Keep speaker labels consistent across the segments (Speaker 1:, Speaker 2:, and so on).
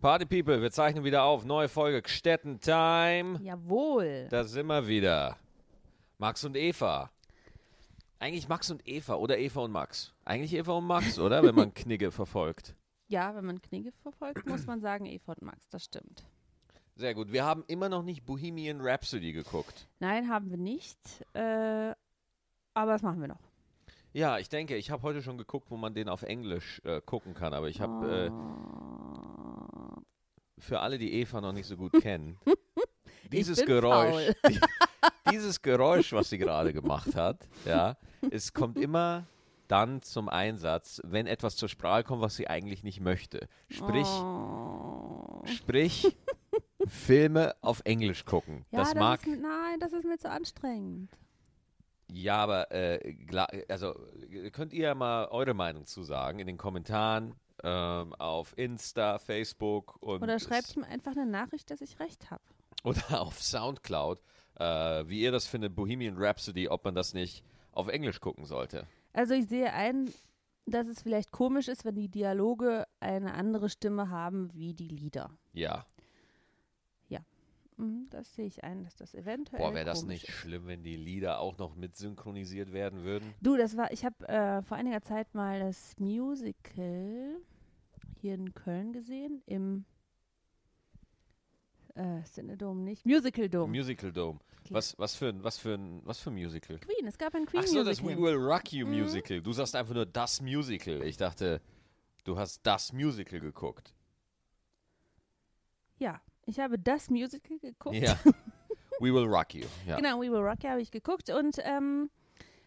Speaker 1: Party People, wir zeichnen wieder auf. Neue Folge Gstetten Time.
Speaker 2: Jawohl.
Speaker 1: Da sind wir wieder. Max und Eva. Eigentlich Max und Eva oder Eva und Max. Eigentlich Eva und Max, oder? Wenn man Knigge verfolgt.
Speaker 2: Ja, wenn man Knigge verfolgt, muss man sagen, Eva und Max, das stimmt.
Speaker 1: Sehr gut. Wir haben immer noch nicht Bohemian Rhapsody geguckt.
Speaker 2: Nein, haben wir nicht. Äh, aber das machen wir noch.
Speaker 1: Ja, ich denke, ich habe heute schon geguckt, wo man den auf Englisch äh, gucken kann. Aber ich äh, habe
Speaker 2: Oh.
Speaker 1: äh, für alle, die Eva noch nicht so gut kennen, dieses
Speaker 2: bin
Speaker 1: Geräusch, dieses Geräusch, was sie gerade gemacht hat, ja, es kommt immer dann zum Einsatz, wenn etwas zur Sprache kommt, was sie eigentlich nicht möchte. Sprich,
Speaker 2: Oh.
Speaker 1: Sprich, Filme auf Englisch gucken.
Speaker 2: Ja,
Speaker 1: das mag.
Speaker 2: Ist, mir- nein, das ist mir zu anstrengend.
Speaker 1: Ja, aber äh, gla- also äh, könnt ihr ja mal eure Meinung zu sagen in den Kommentaren ähm, auf Insta, Facebook und
Speaker 2: Oder schreibt ihm einfach eine Nachricht, dass ich recht habe.
Speaker 1: oder auf Soundcloud, äh, wie ihr das findet, Bohemian Rhapsody, ob man das nicht auf Englisch gucken sollte.
Speaker 2: Also ich sehe ein, dass es vielleicht komisch ist, wenn die Dialoge eine andere Stimme haben wie die Lieder.
Speaker 1: Ja.
Speaker 2: Mhm, Das sehe ich ein, dass das eventuell.
Speaker 1: Boah, wäre das
Speaker 2: komisch
Speaker 1: nicht
Speaker 2: ist.
Speaker 1: schlimm, wenn die Lieder auch noch mit synchronisiert werden würden?
Speaker 2: Du, das war, ich habe äh, vor einiger Zeit mal das Musical hier in Köln gesehen, im äh, Cinedom nicht, Musical Dome.
Speaker 1: Musical Dome. Was, was für ein, was für ein, was für ein Musical?
Speaker 2: Queen, es gab ein Queen
Speaker 1: Ach so, das
Speaker 2: Musical. Mhm.
Speaker 1: We Will Rock You Musical. Du sagst einfach nur das Musical. Ich dachte, du hast das Musical geguckt.
Speaker 2: ja, ich habe das Musical geguckt.
Speaker 1: Ja. We Will Rock You. Ja.
Speaker 2: Genau, We Will Rock You habe ich geguckt und ähm,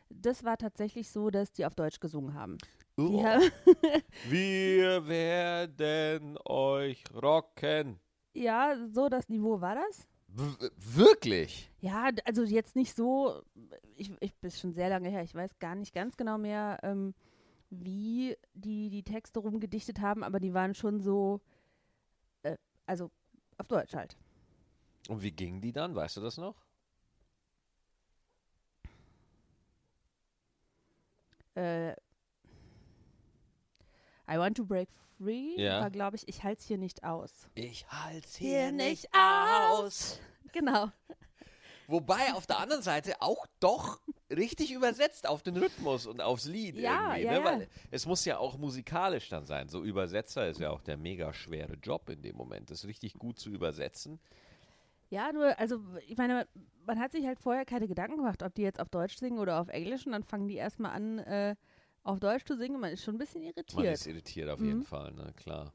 Speaker 2: das war tatsächlich so, dass die auf Deutsch gesungen haben. Die
Speaker 1: Oh.
Speaker 2: haben
Speaker 1: Wir werden euch rocken.
Speaker 2: ja, so das Niveau war das.
Speaker 1: W wirklich?
Speaker 2: Ja, d- also jetzt nicht so, äh, ich, ich bin schon sehr lange her, ich weiß gar nicht ganz genau mehr, ähm, wie die die Texte rumgedichtet haben, aber die waren schon so, äh, also auf Deutsch halt.
Speaker 1: Und wie gingen die dann? Weißt du das noch?
Speaker 2: Äh, I want to break free
Speaker 1: Ja.
Speaker 2: war, glaube ich, ich halte es hier nicht aus.
Speaker 1: Ich halt's
Speaker 2: Genau.
Speaker 1: Wobei auf der anderen Seite auch doch richtig übersetzt auf den Rhythmus und aufs Lied
Speaker 2: Ja,
Speaker 1: irgendwie.
Speaker 2: ja,
Speaker 1: ne?
Speaker 2: ja.
Speaker 1: Weil es muss ja auch musikalisch dann sein. So Übersetzer ist ja auch der mega schwere Job in dem Moment. Das richtig gut zu übersetzen.
Speaker 2: Ja, nur, also ich meine, man hat sich halt vorher keine Gedanken gemacht, ob die jetzt auf Deutsch singen oder auf Englisch und dann fangen die erstmal an, äh, auf Deutsch zu singen. Man ist schon ein bisschen irritiert. Mhm.
Speaker 1: Man ist irritiert auf jeden Fall, ne? Klar.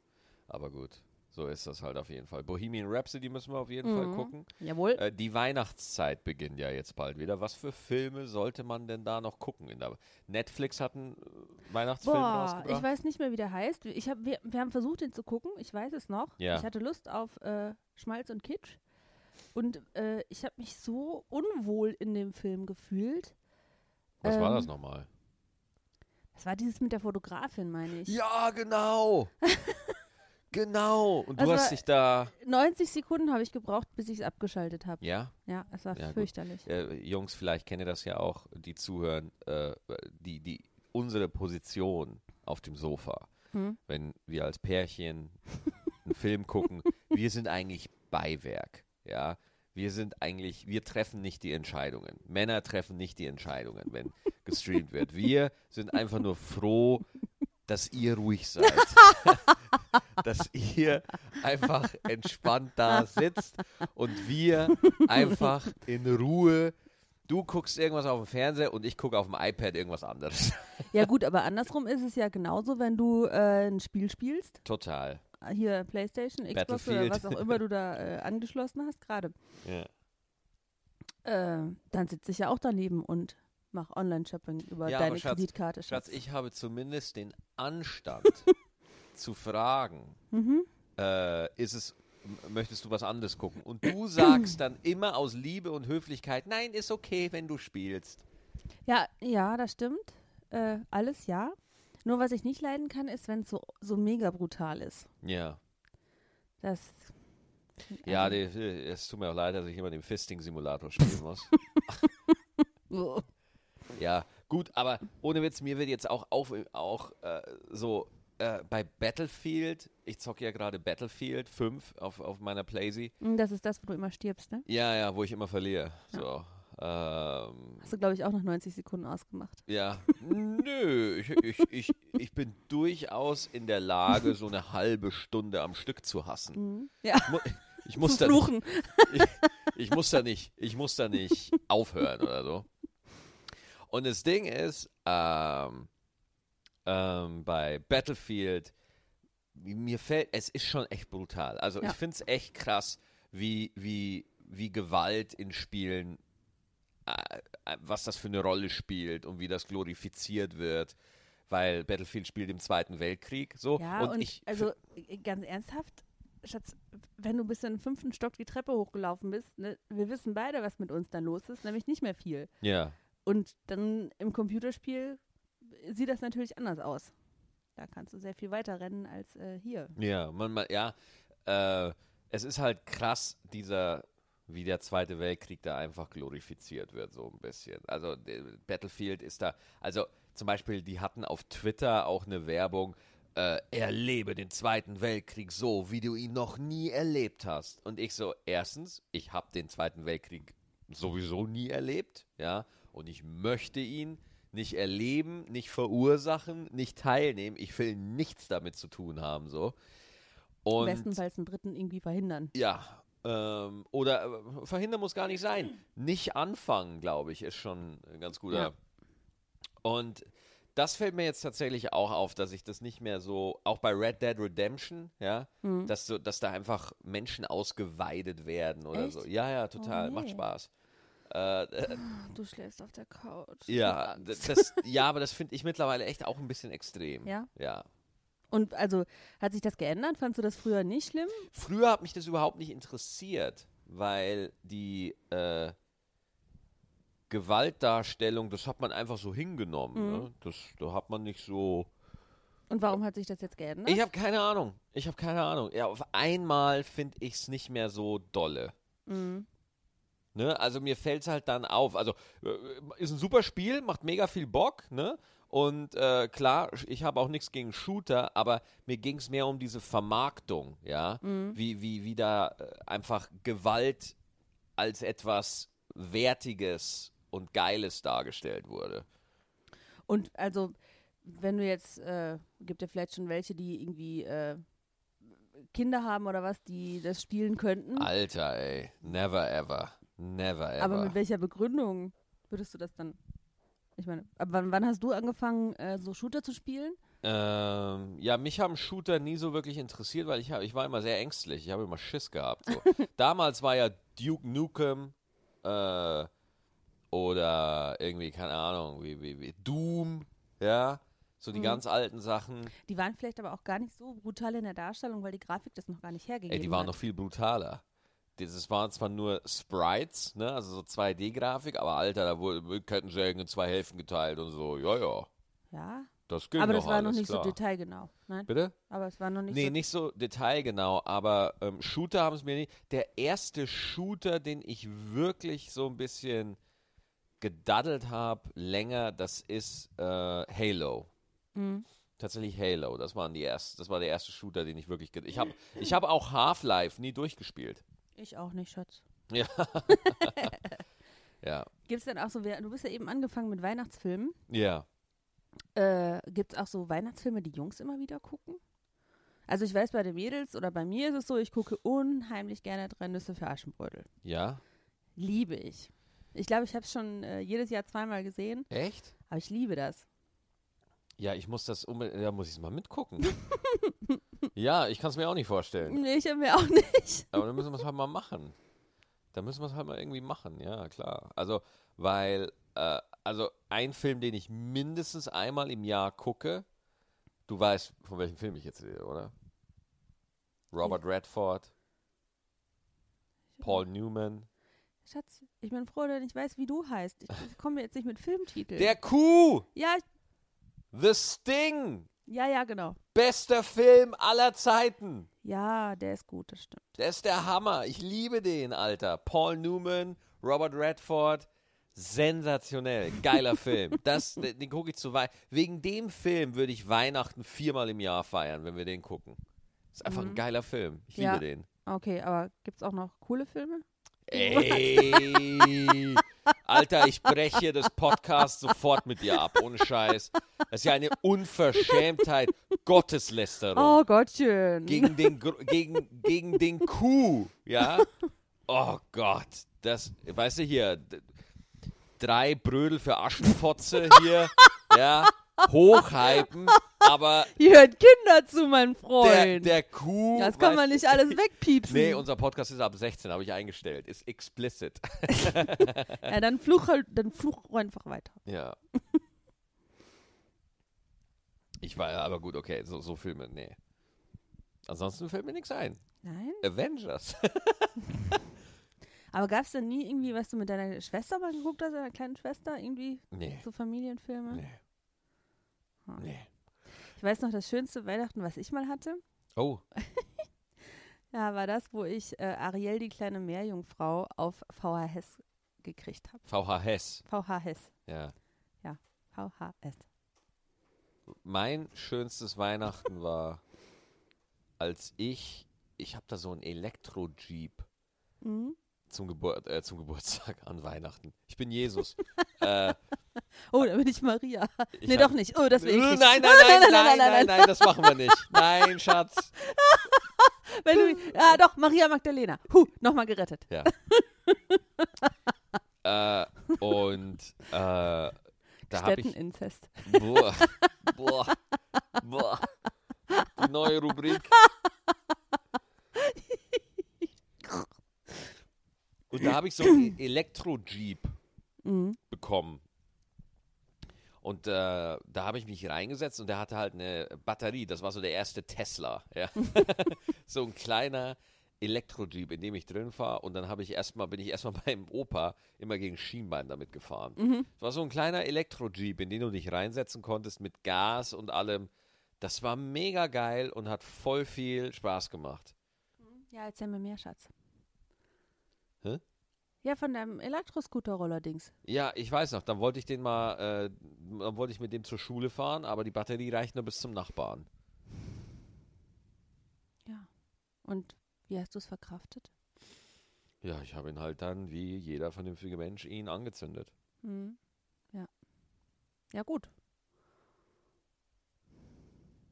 Speaker 1: Aber gut, so ist das halt auf jeden Fall. Bohemian Rhapsody müssen wir auf jeden Fall
Speaker 2: Mhm.
Speaker 1: gucken.
Speaker 2: Jawohl.
Speaker 1: Äh, die Weihnachtszeit beginnt ja jetzt bald wieder. Was für Filme sollte man denn da noch gucken? In der Netflix hat einen äh, Weihnachtsfilm
Speaker 2: Boah, ich
Speaker 1: rausgebracht.
Speaker 2: weiß nicht mehr, wie der heißt. Ich hab, wir, wir haben versucht, den zu gucken. Ich weiß es noch.
Speaker 1: Ja.
Speaker 2: Ich hatte Lust auf äh, Schmalz und Kitsch. Und äh, ich habe mich so unwohl in dem Film gefühlt.
Speaker 1: Was war
Speaker 2: ähm,
Speaker 1: das nochmal?
Speaker 2: Das war dieses mit der Fotografin, meine ich.
Speaker 1: Ja, genau. genau. Und du
Speaker 2: Also,
Speaker 1: hast dich da.
Speaker 2: 90 Sekunden habe ich gebraucht, bis ich es abgeschaltet habe.
Speaker 1: Ja,
Speaker 2: Ja, es war
Speaker 1: Ja, gut.
Speaker 2: fürchterlich.
Speaker 1: äh, Jungs, vielleicht kennt ihr das ja auch, die zuhören, äh, die, die, unsere Position auf dem Sofa,
Speaker 2: Hm.
Speaker 1: wenn wir als Pärchen einen Film gucken, wir sind eigentlich Beiwerk, ja. Wir sind eigentlich, wir treffen nicht die Entscheidungen. Männer treffen nicht die Entscheidungen, wenn gestreamt wird. Wir sind einfach nur froh, dass ihr ruhig seid. dass ihr einfach entspannt da sitzt und wir einfach in Ruhe. Du guckst irgendwas auf dem Fernseher und ich gucke auf dem iPad irgendwas anderes.
Speaker 2: Ja gut, aber andersrum ist es ja genauso, wenn du äh, ein Spiel spielst,
Speaker 1: Total.
Speaker 2: hier Playstation, Xbox oder
Speaker 1: Battlefield.
Speaker 2: was auch immer du da äh, angeschlossen hast gerade,
Speaker 1: Ja.
Speaker 2: äh, dann sitze ich ja auch daneben und mache Online-Shopping über
Speaker 1: Ja,
Speaker 2: deine
Speaker 1: aber Schatz,
Speaker 2: Kreditkarte.
Speaker 1: Schatz, ich habe zumindest den Anstand zu fragen,
Speaker 2: Mhm.
Speaker 1: äh, ist es, m- möchtest du was anderes gucken? Und du sagst dann immer aus Liebe und Höflichkeit, nein, ist okay, wenn du spielst.
Speaker 2: Ja, ja, das stimmt. Äh, alles ja. Nur was ich nicht leiden kann, ist, wenn es so, so mega brutal ist.
Speaker 1: Ja.
Speaker 2: Das also,
Speaker 1: Ja, die, es tut mir auch leid, dass ich immer den Fisting-Simulator spielen muss.
Speaker 2: Uah.
Speaker 1: Ja, gut, aber ohne Witz, mir wird jetzt auch, auf, auch äh, so äh, bei Battlefield, ich zocke ja gerade Battlefield 5 auf, auf meiner Playsee.
Speaker 2: Hm, Das ist das, wo du immer stirbst, ne?
Speaker 1: Ja, ja, wo ich immer verliere. So. Ähm,
Speaker 2: Hast du, glaube ich, auch noch 90 Sekunden ausgemacht.
Speaker 1: Ja, nö, ich, ich, ich, ich bin durchaus in der Lage, so eine halbe Stunde am Stück zu hassen.
Speaker 2: Mhm. Ja,
Speaker 1: Mu- Ich muss,
Speaker 2: zu
Speaker 1: da nicht,
Speaker 2: fluchen.
Speaker 1: ich, ich muss da nicht, ich muss da nicht aufhören oder so. Und das Ding ist, ähm, ähm, bei Battlefield, mir fällt, es ist schon echt brutal. Also
Speaker 2: Ja.
Speaker 1: ich finde es echt krass, wie, wie, wie Gewalt in Spielen äh, äh, was das für eine Rolle spielt und wie das glorifiziert wird, weil Battlefield spielt im Zweiten Weltkrieg so
Speaker 2: Ja, und,
Speaker 1: Oh, ich
Speaker 2: also äh, ganz ernsthaft, Schatz, wenn du bis in den fünften Stock die Treppe hochgelaufen bist, ne, wir wissen beide, was mit uns dann los ist, nämlich nicht mehr viel.
Speaker 1: ja
Speaker 2: Und dann im Computerspiel sieht das natürlich anders aus. Da kannst du sehr viel weiter rennen als äh, hier.
Speaker 1: ja man, man ja äh, es ist halt krass dieser wie der Zweite Weltkrieg da einfach glorifiziert wird so ein bisschen also äh, Battlefield ist da also zum Beispiel die hatten auf Twitter auch eine Werbung äh, erlebe den Zweiten Weltkrieg so, wie du ihn noch nie erlebt hast. Und ich so, erstens, ich habe den Zweiten Weltkrieg sowieso nie erlebt, ja, und ich möchte ihn nicht erleben, nicht verursachen, nicht teilnehmen. Ich will nichts damit zu tun haben, so. Und
Speaker 2: Bestenfalls einen Dritten irgendwie verhindern.
Speaker 1: ja, ähm, oder äh, verhindern muss gar nicht sein. Nicht anfangen, glaube ich, ist schon ein ganz guter.
Speaker 2: Ja.
Speaker 1: Und das fällt mir jetzt tatsächlich auch auf, dass ich das nicht mehr so, auch bei Red Dead Redemption, ja,
Speaker 2: Mhm.
Speaker 1: dass, so, dass da einfach Menschen ausgeweidet werden oder
Speaker 2: Echt? Oh
Speaker 1: so. Ja, ja, total, macht
Speaker 2: nee.
Speaker 1: Spaß. Äh, äh,
Speaker 2: Du schläfst auf der Couch.
Speaker 1: ja, d- das, ja, aber das finde ich mittlerweile echt auch ein bisschen extrem.
Speaker 2: Ja?
Speaker 1: Ja.
Speaker 2: Und also hat sich das geändert? Fandst du das früher nicht schlimm?
Speaker 1: Früher hat mich das überhaupt nicht interessiert, weil die äh, Gewaltdarstellung, das hat man einfach so hingenommen. Ne? Das, da hat man nicht so.
Speaker 2: Und warum hat sich das jetzt geändert?
Speaker 1: Ich habe keine Ahnung. Ich habe keine Ahnung. Ja, auf einmal finde ich es nicht mehr so dolle.
Speaker 2: Mhm.
Speaker 1: Ne? Also mir fällt es halt dann auf. Also äh, ist ein super Spiel, macht mega viel Bock, ne? Und äh, klar, ich habe auch nichts gegen Shooter, aber mir ging es mehr um diese Vermarktung, ja.
Speaker 2: Mhm.
Speaker 1: Wie, wie, wie da äh, einfach Gewalt als etwas Wertiges und Geiles dargestellt wurde.
Speaker 2: Und also, wenn du jetzt, äh, gibt ja vielleicht schon welche, die irgendwie äh, Kinder haben oder was, die das spielen könnten.
Speaker 1: Alter, ey. Never ever. Never ever.
Speaker 2: Mhm. aber mit welcher Begründung würdest du das dann? Ich meine, ab wann, wann hast du angefangen, äh, so Shooter zu spielen?
Speaker 1: Ähm, ja, mich haben Shooter nie so wirklich interessiert, weil ich, hab, ich war immer sehr ängstlich. Ich habe immer Schiss gehabt. So. Damals war ja Duke Nukem äh, oder irgendwie, keine Ahnung, wie, wie, wie Doom, ja, so die
Speaker 2: Mhm.
Speaker 1: ganz alten Sachen.
Speaker 2: Die waren vielleicht aber auch gar nicht so brutal in der Darstellung, weil die Grafik das noch gar nicht hergegeben
Speaker 1: Ey,
Speaker 2: hat.
Speaker 1: die waren noch viel brutaler. Das waren zwar nur Sprites, ne, also so 2D-Grafik, aber Alter, da wurden Kettensägen in zwei Hälften geteilt und so. Ja, ja,
Speaker 2: Ja,
Speaker 1: das ging
Speaker 2: aber
Speaker 1: noch
Speaker 2: das war
Speaker 1: Genau,
Speaker 2: noch
Speaker 1: alles,
Speaker 2: nicht
Speaker 1: klar.
Speaker 2: so detailgenau. Nein,
Speaker 1: Bitte?
Speaker 2: aber es war noch nicht
Speaker 1: nee,
Speaker 2: so.
Speaker 1: nicht so detailgenau, aber ähm, Shooter haben es mir nicht. Der erste Shooter, den ich wirklich so ein bisschen gedaddelt habe, länger, das ist äh, Halo.
Speaker 2: Mhm.
Speaker 1: Tatsächlich Halo, das, waren die erst, das war der erste Shooter, den ich wirklich. ged- Ich habe ich hab auch Half-Life nie durchgespielt.
Speaker 2: Ich auch nicht, Schatz.
Speaker 1: Ja. ja.
Speaker 2: Gibt es dann auch so, wer- du bist ja eben angefangen mit Weihnachtsfilmen.
Speaker 1: Ja.
Speaker 2: Äh, Gibt es auch so Weihnachtsfilme, die Jungs immer wieder gucken? Also ich weiß bei den Mädels oder bei mir ist es so, ich gucke unheimlich gerne drei Nüsse für Aschenbrödel.
Speaker 1: Ja.
Speaker 2: Liebe ich. Ich glaube, ich habe es schon äh, jedes Jahr zweimal gesehen,
Speaker 1: Echt?
Speaker 2: aber ich liebe das.
Speaker 1: Ja, ich muss das unbedingt. Da muss ich es mal mitgucken. ja, ich kann es mir auch nicht vorstellen.
Speaker 2: Nee, ich mir auch nicht.
Speaker 1: Aber dann müssen wir es halt mal machen. Da müssen wir es halt mal irgendwie machen, ja, klar. Also, weil, äh, also ein Film, den ich mindestens einmal im Jahr gucke, du weißt, von welchem Film ich jetzt rede, oder? Robert Redford, Paul Newman.
Speaker 2: Schatz, ich bin froh, denn ich weiß, wie du heißt. Ich, ich komme jetzt nicht mit Filmtiteln.
Speaker 1: Der Kuh!
Speaker 2: ja, ich-
Speaker 1: The Sting!
Speaker 2: ja, ja, genau.
Speaker 1: Bester Film aller Zeiten!
Speaker 2: Ja, der ist gut, das stimmt.
Speaker 1: Der ist der Hammer. Ich liebe den, Alter. Paul Newman, Robert Redford, Sensationell, geiler Film. Das, den den gucke ich zu Weihnachten. Wegen dem Film würde ich Weihnachten viermal im Jahr feiern, wenn wir den gucken. Ist einfach ein
Speaker 2: Mhm.
Speaker 1: geiler Film. Ich liebe
Speaker 2: Ja.
Speaker 1: den.
Speaker 2: Okay, aber gibt's auch noch coole Filme? Oh
Speaker 1: Ey, Alter, ich breche das Podcast sofort mit dir ab, ohne Scheiß. Das ist ja eine Unverschämtheit, Gotteslästerung
Speaker 2: Oh Gottchen.
Speaker 1: gegen den Gr- gegen gegen den Kuh, ja. Oh Gott, das, weißt du hier, d- drei Brödel für Aschenfotze hier, ja, hochhypen, aber
Speaker 2: Hier hören Kinder zu, mein
Speaker 1: der,
Speaker 2: Freund.
Speaker 1: der Kuh.
Speaker 2: das kann
Speaker 1: weißt
Speaker 2: man
Speaker 1: du-
Speaker 2: nicht alles wegpiepsen.
Speaker 1: Nee, unser Podcast ist ab 16, habe ich eingestellt. Ist explicit.
Speaker 2: ja, dann fluch halt, dann fluch einfach weiter.
Speaker 1: Ja. ich war aber gut, okay, so, so Filme, nee. Ansonsten fällt mir nichts ein.
Speaker 2: Nein?
Speaker 1: Avengers.
Speaker 2: Aber gab's denn nie irgendwie, was du mit deiner Schwester mal geguckt hast, deiner kleinen Schwester? Irgendwie
Speaker 1: nee,
Speaker 2: so Familienfilme?
Speaker 1: nee,
Speaker 2: Hm.
Speaker 1: nee.
Speaker 2: Ich weiß noch, das schönste Weihnachten, was ich mal hatte,
Speaker 1: Oh,
Speaker 2: ja, war das, wo ich äh, Ariel, die kleine Meerjungfrau, auf VHS gekriegt habe.
Speaker 1: VHS.
Speaker 2: VHS.
Speaker 1: Ja.
Speaker 2: VHS.
Speaker 1: Mein schönstes Weihnachten war, als ich, ich habe da so einen Elektro-Jeep
Speaker 2: Mhm.
Speaker 1: zum, Gebur äh, zum Geburtstag an Weihnachten. Ich bin Jesus. äh,
Speaker 2: Oh, da bin ich Maria.
Speaker 1: ich
Speaker 2: nee,
Speaker 1: hab-
Speaker 2: doch nicht. Oh, das will ich
Speaker 1: Nein,
Speaker 2: nicht.
Speaker 1: nein, nein, nein, nein, nein, nein, das machen wir nicht. Nein, Schatz.
Speaker 2: Wenn du, ah, doch, Maria Magdalena. Huh, nochmal gerettet.
Speaker 1: Ja. äh, und äh, da habe ich.
Speaker 2: Städteninzest.
Speaker 1: Boah, boah, boah. Die neue Rubrik. Und da habe ich so einen E- Elektro-Jeep
Speaker 2: Mhm.
Speaker 1: bekommen. Und äh, da habe ich mich reingesetzt und der hatte halt eine Batterie. Das war so der erste Tesla. Ja. so ein kleiner Elektro-Jeep, in dem ich drin war. Und dann habe ich erstmal, bin ich erstmal beim Opa immer gegen Schienbein damit gefahren.
Speaker 2: Mhm.
Speaker 1: Das war so ein kleiner Elektro-Jeep, in den du dich reinsetzen konntest mit Gas und allem. Das war mega geil und hat voll viel Spaß gemacht.
Speaker 2: Ja, erzähl mir mehr, Schatz.
Speaker 1: Hä?
Speaker 2: Ja, von deinem Elektroscooter-Roller-Dings.
Speaker 1: Ja, ich weiß noch, dann wollte ich den mal, äh, dann wollte ich mit dem zur Schule fahren, aber die Batterie reicht nur bis zum Nachbarn.
Speaker 2: Ja. Und wie hast du es verkraftet?
Speaker 1: Ja, ich habe ihn halt dann, wie jeder vernünftige Mensch, ihn angezündet.
Speaker 2: Mhm. Ja. Ja, gut.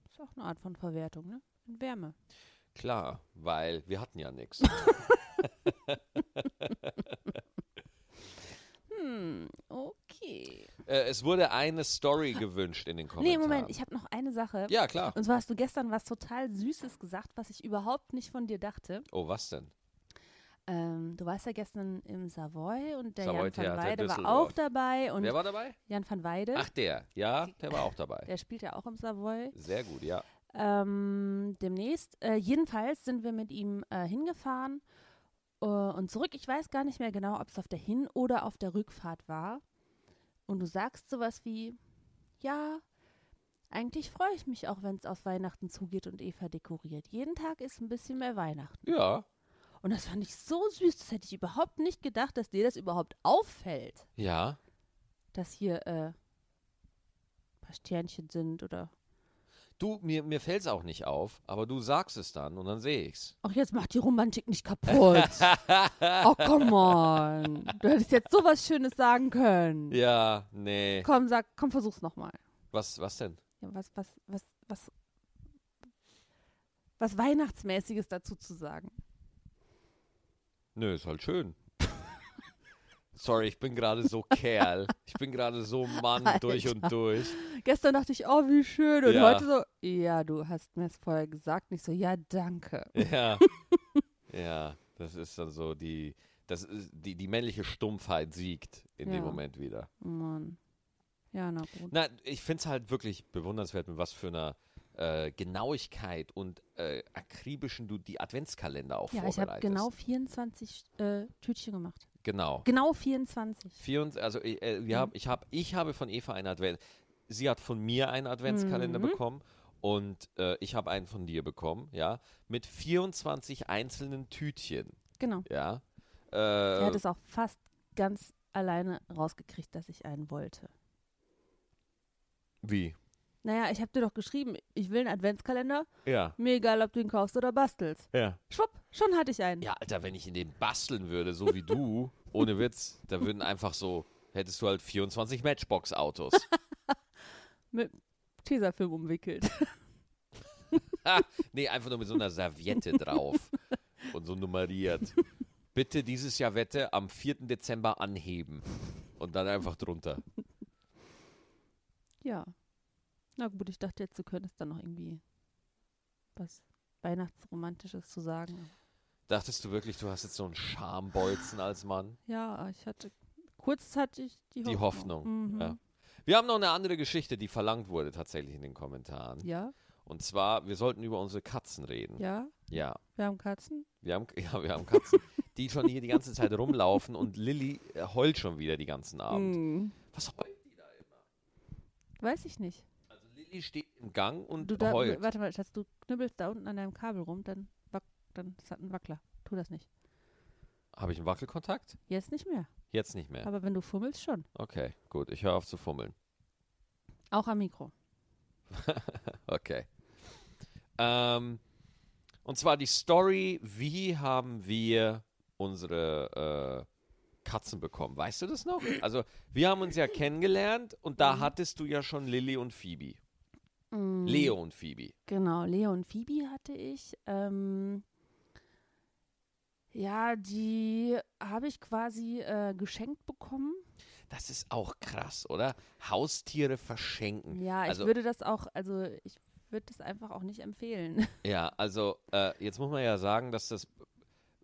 Speaker 2: Ist auch eine Art von Verwertung, ne? Und Wärme.
Speaker 1: Klar, weil wir hatten ja nichts.
Speaker 2: Hm, okay.
Speaker 1: äh, es wurde eine Story gewünscht in den
Speaker 2: Nee,
Speaker 1: Kommentaren.
Speaker 2: Moment, ich habe noch eine Sache.
Speaker 1: Ja, klar.
Speaker 2: Und zwar hast du gestern was total Süßes gesagt, was ich überhaupt nicht von dir dachte.
Speaker 1: Oh, was denn?
Speaker 2: Ähm, du warst ja gestern im Savoy und der
Speaker 1: Savoy
Speaker 2: Jan van
Speaker 1: Theater
Speaker 2: Weide war
Speaker 1: Düsseldorf.
Speaker 2: auch dabei. Und
Speaker 1: Wer war dabei?
Speaker 2: Jan van Weide,
Speaker 1: Ach, der. Ja, der war auch dabei.
Speaker 2: der spielt ja auch im Savoy.
Speaker 1: Sehr gut, ja.
Speaker 2: Ähm, demnächst. Äh, jedenfalls sind wir mit ihm äh, hingefahren äh, und zurück. Ich weiß gar nicht mehr genau, ob es auf der Hin- oder auf der Rückfahrt war. Und du sagst sowas wie, ja, eigentlich freue ich mich auch, wenn es auf Weihnachten zugeht und Eva dekoriert. Jeden Tag ist ein bisschen mehr Weihnachten.
Speaker 1: Ja.
Speaker 2: Und das fand ich so süß, das hätte ich überhaupt nicht gedacht, dass dir das überhaupt auffällt,
Speaker 1: Ja.
Speaker 2: dass hier äh, ein paar Sternchen sind oder,
Speaker 1: Du, mir, mir fällt es auch nicht auf, aber du sagst es dann und dann sehe ich's.
Speaker 2: ach jetzt mach die Romantik nicht kaputt. Oh, come on. Du hättest jetzt sowas Schönes sagen können.
Speaker 1: ja, nee.
Speaker 2: Komm, sag, komm, versuch's nochmal.
Speaker 1: Was, was denn?
Speaker 2: Ja, was, was, was, was, was Weihnachtsmäßiges dazu zu sagen.
Speaker 1: Nö, ist halt schön. Sorry, ich bin gerade so Kerl. Ich bin gerade so Mann durch und durch.
Speaker 2: Gestern dachte ich, oh, wie schön. Und
Speaker 1: Ja.
Speaker 2: heute so, ja, du hast mir es vorher gesagt. Nicht so, ja, danke.
Speaker 1: Ja. ja, das ist dann so die, das ist, die, die männliche Stumpfheit siegt in
Speaker 2: Ja.
Speaker 1: dem Moment wieder.
Speaker 2: Mann. Ja, na gut.
Speaker 1: Na, ich finde es halt wirklich bewundernswert, mit was für einer äh, Genauigkeit und äh, akribischen du die Adventskalender auch
Speaker 2: Ja, ich habe
Speaker 1: vorbereitest.
Speaker 2: genau 24 äh, Tütchen gemacht.
Speaker 1: Genau.
Speaker 2: Genau 24.
Speaker 1: 24, also ich, äh, wir hab, ich, hab, ich habe von Eva einen Advent. Sie hat von mir einen Adventskalender
Speaker 2: Mhm.
Speaker 1: bekommen und äh, ich habe einen von dir bekommen, ja, mit 24 einzelnen Tütchen,
Speaker 2: Genau.
Speaker 1: ja. Äh,
Speaker 2: Er hat es auch fast ganz alleine rausgekriegt, dass ich einen wollte.
Speaker 1: Wie?
Speaker 2: Naja, ich habe dir doch geschrieben, ich will einen Adventskalender.
Speaker 1: Ja,
Speaker 2: Mir egal, ob du ihn kaufst oder bastelst.
Speaker 1: ja.
Speaker 2: Schwupp, schon hatte ich einen.
Speaker 1: Ja, Alter, wenn ich in dem basteln würde, so wie du, ohne Witz, da würden einfach so, hättest du halt 24 Matchbox-Autos.
Speaker 2: Mit Tesafilm umwickelt.
Speaker 1: Ha, nee, einfach nur mit so einer Serviette drauf und so nummeriert. Bitte dieses Jahr Wette am 4. Dezember anheben und dann einfach drunter.
Speaker 2: Ja. Na gut, ich dachte jetzt, du könntest dann noch irgendwie was Weihnachtsromantisches zu sagen.
Speaker 1: Dachtest du wirklich, du hast jetzt so einen Schambolzen als Mann?
Speaker 2: Ja, ich hatte, kurz hatte ich die Hoffnung.
Speaker 1: Die Hoffnung.
Speaker 2: Mhm.
Speaker 1: Ja. Wir haben noch eine andere Geschichte, die verlangt wurde tatsächlich in den Kommentaren.
Speaker 2: Ja,
Speaker 1: Und zwar, wir sollten über unsere Katzen reden.
Speaker 2: ja,
Speaker 1: ja.
Speaker 2: wir haben Katzen.
Speaker 1: Wir haben, ja, wir haben Katzen, die schon hier die ganze Zeit rumlaufen und Lilly äh, heult schon wieder die ganzen Abend.
Speaker 2: Mhm.
Speaker 1: Was heult?
Speaker 2: Weiß ich nicht.
Speaker 1: Also Lilly steht im Gang und
Speaker 2: Du da,
Speaker 1: heult.
Speaker 2: warte mal, Schatz, du knüppelst da unten an deinem Kabel rum, dann, wack, dann ist das ein Wackler. Tu das nicht.
Speaker 1: Habe ich einen Wackelkontakt?
Speaker 2: Jetzt nicht mehr.
Speaker 1: Jetzt nicht mehr.
Speaker 2: Aber wenn du fummelst, schon.
Speaker 1: Okay, gut, ich höre auf zu fummeln.
Speaker 2: Auch am Mikro.
Speaker 1: Okay. Ähm, und zwar die Story, wie haben wir unsere äh, Katzen bekommen? Weißt du das noch? Also, wir haben uns ja kennengelernt und da hattest du ja schon Lilly und Phoebe.
Speaker 2: Mhm.
Speaker 1: Leo und Phoebe.
Speaker 2: Genau, Leo und Phoebe hatte ich. Ähm, ja, die habe ich quasi äh, geschenkt bekommen.
Speaker 1: Das ist auch krass, oder? Haustiere verschenken.
Speaker 2: Ja, ich
Speaker 1: also,
Speaker 2: würde das auch, also ich würde das einfach auch nicht empfehlen.
Speaker 1: Ja, also äh, jetzt muss man ja sagen, dass das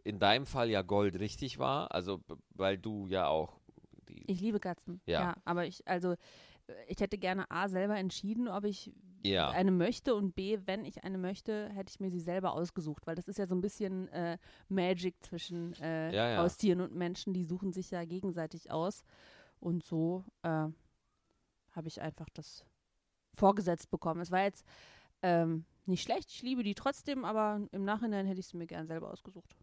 Speaker 1: in deinem Fall ja Gold richtig war, also b- weil du ja auch die,
Speaker 2: Ich liebe Katzen.
Speaker 1: Ja.
Speaker 2: aber ich, also äh, ich hätte gerne A selber entschieden, ob ich
Speaker 1: ja,
Speaker 2: eine möchte und B, wenn ich eine möchte, hätte ich mir sie selber ausgesucht, weil das ist ja so ein bisschen äh, Magic zwischen äh,
Speaker 1: Ja, ja.
Speaker 2: Haustieren und Menschen, die suchen sich ja gegenseitig aus. Und so äh, habe ich einfach das vorgesetzt bekommen. Es war jetzt ähm, nicht schlecht, ich liebe die trotzdem, aber im Nachhinein hätte ich sie mir gern selber ausgesucht.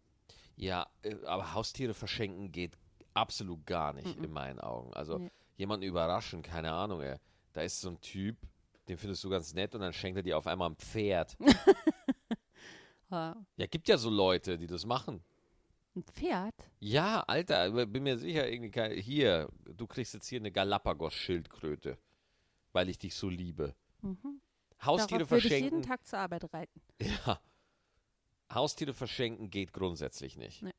Speaker 1: ja, äh, aber Haustiere verschenken geht absolut gar nicht
Speaker 2: Mhm.
Speaker 1: in meinen Augen. Also
Speaker 2: Nee.
Speaker 1: jemanden überraschen, keine Ahnung, ey. da ist so ein Typ, den findest du ganz nett und dann schenkt er dir auf einmal ein Pferd.
Speaker 2: Äh,
Speaker 1: ja, gibt ja so Leute, die das machen.
Speaker 2: ein Pferd?
Speaker 1: Ja, Alter, aber bin mir sicher, irgendwie kein, hier, du kriegst jetzt hier eine Galapagos-Schildkröte, weil ich dich so liebe.
Speaker 2: Mhm.
Speaker 1: Haustiere
Speaker 2: Darauf würde ich jeden
Speaker 1: verschenken.
Speaker 2: Tag zur Arbeit reiten.
Speaker 1: Ja. Haustiere verschenken geht grundsätzlich nicht.
Speaker 2: Nee.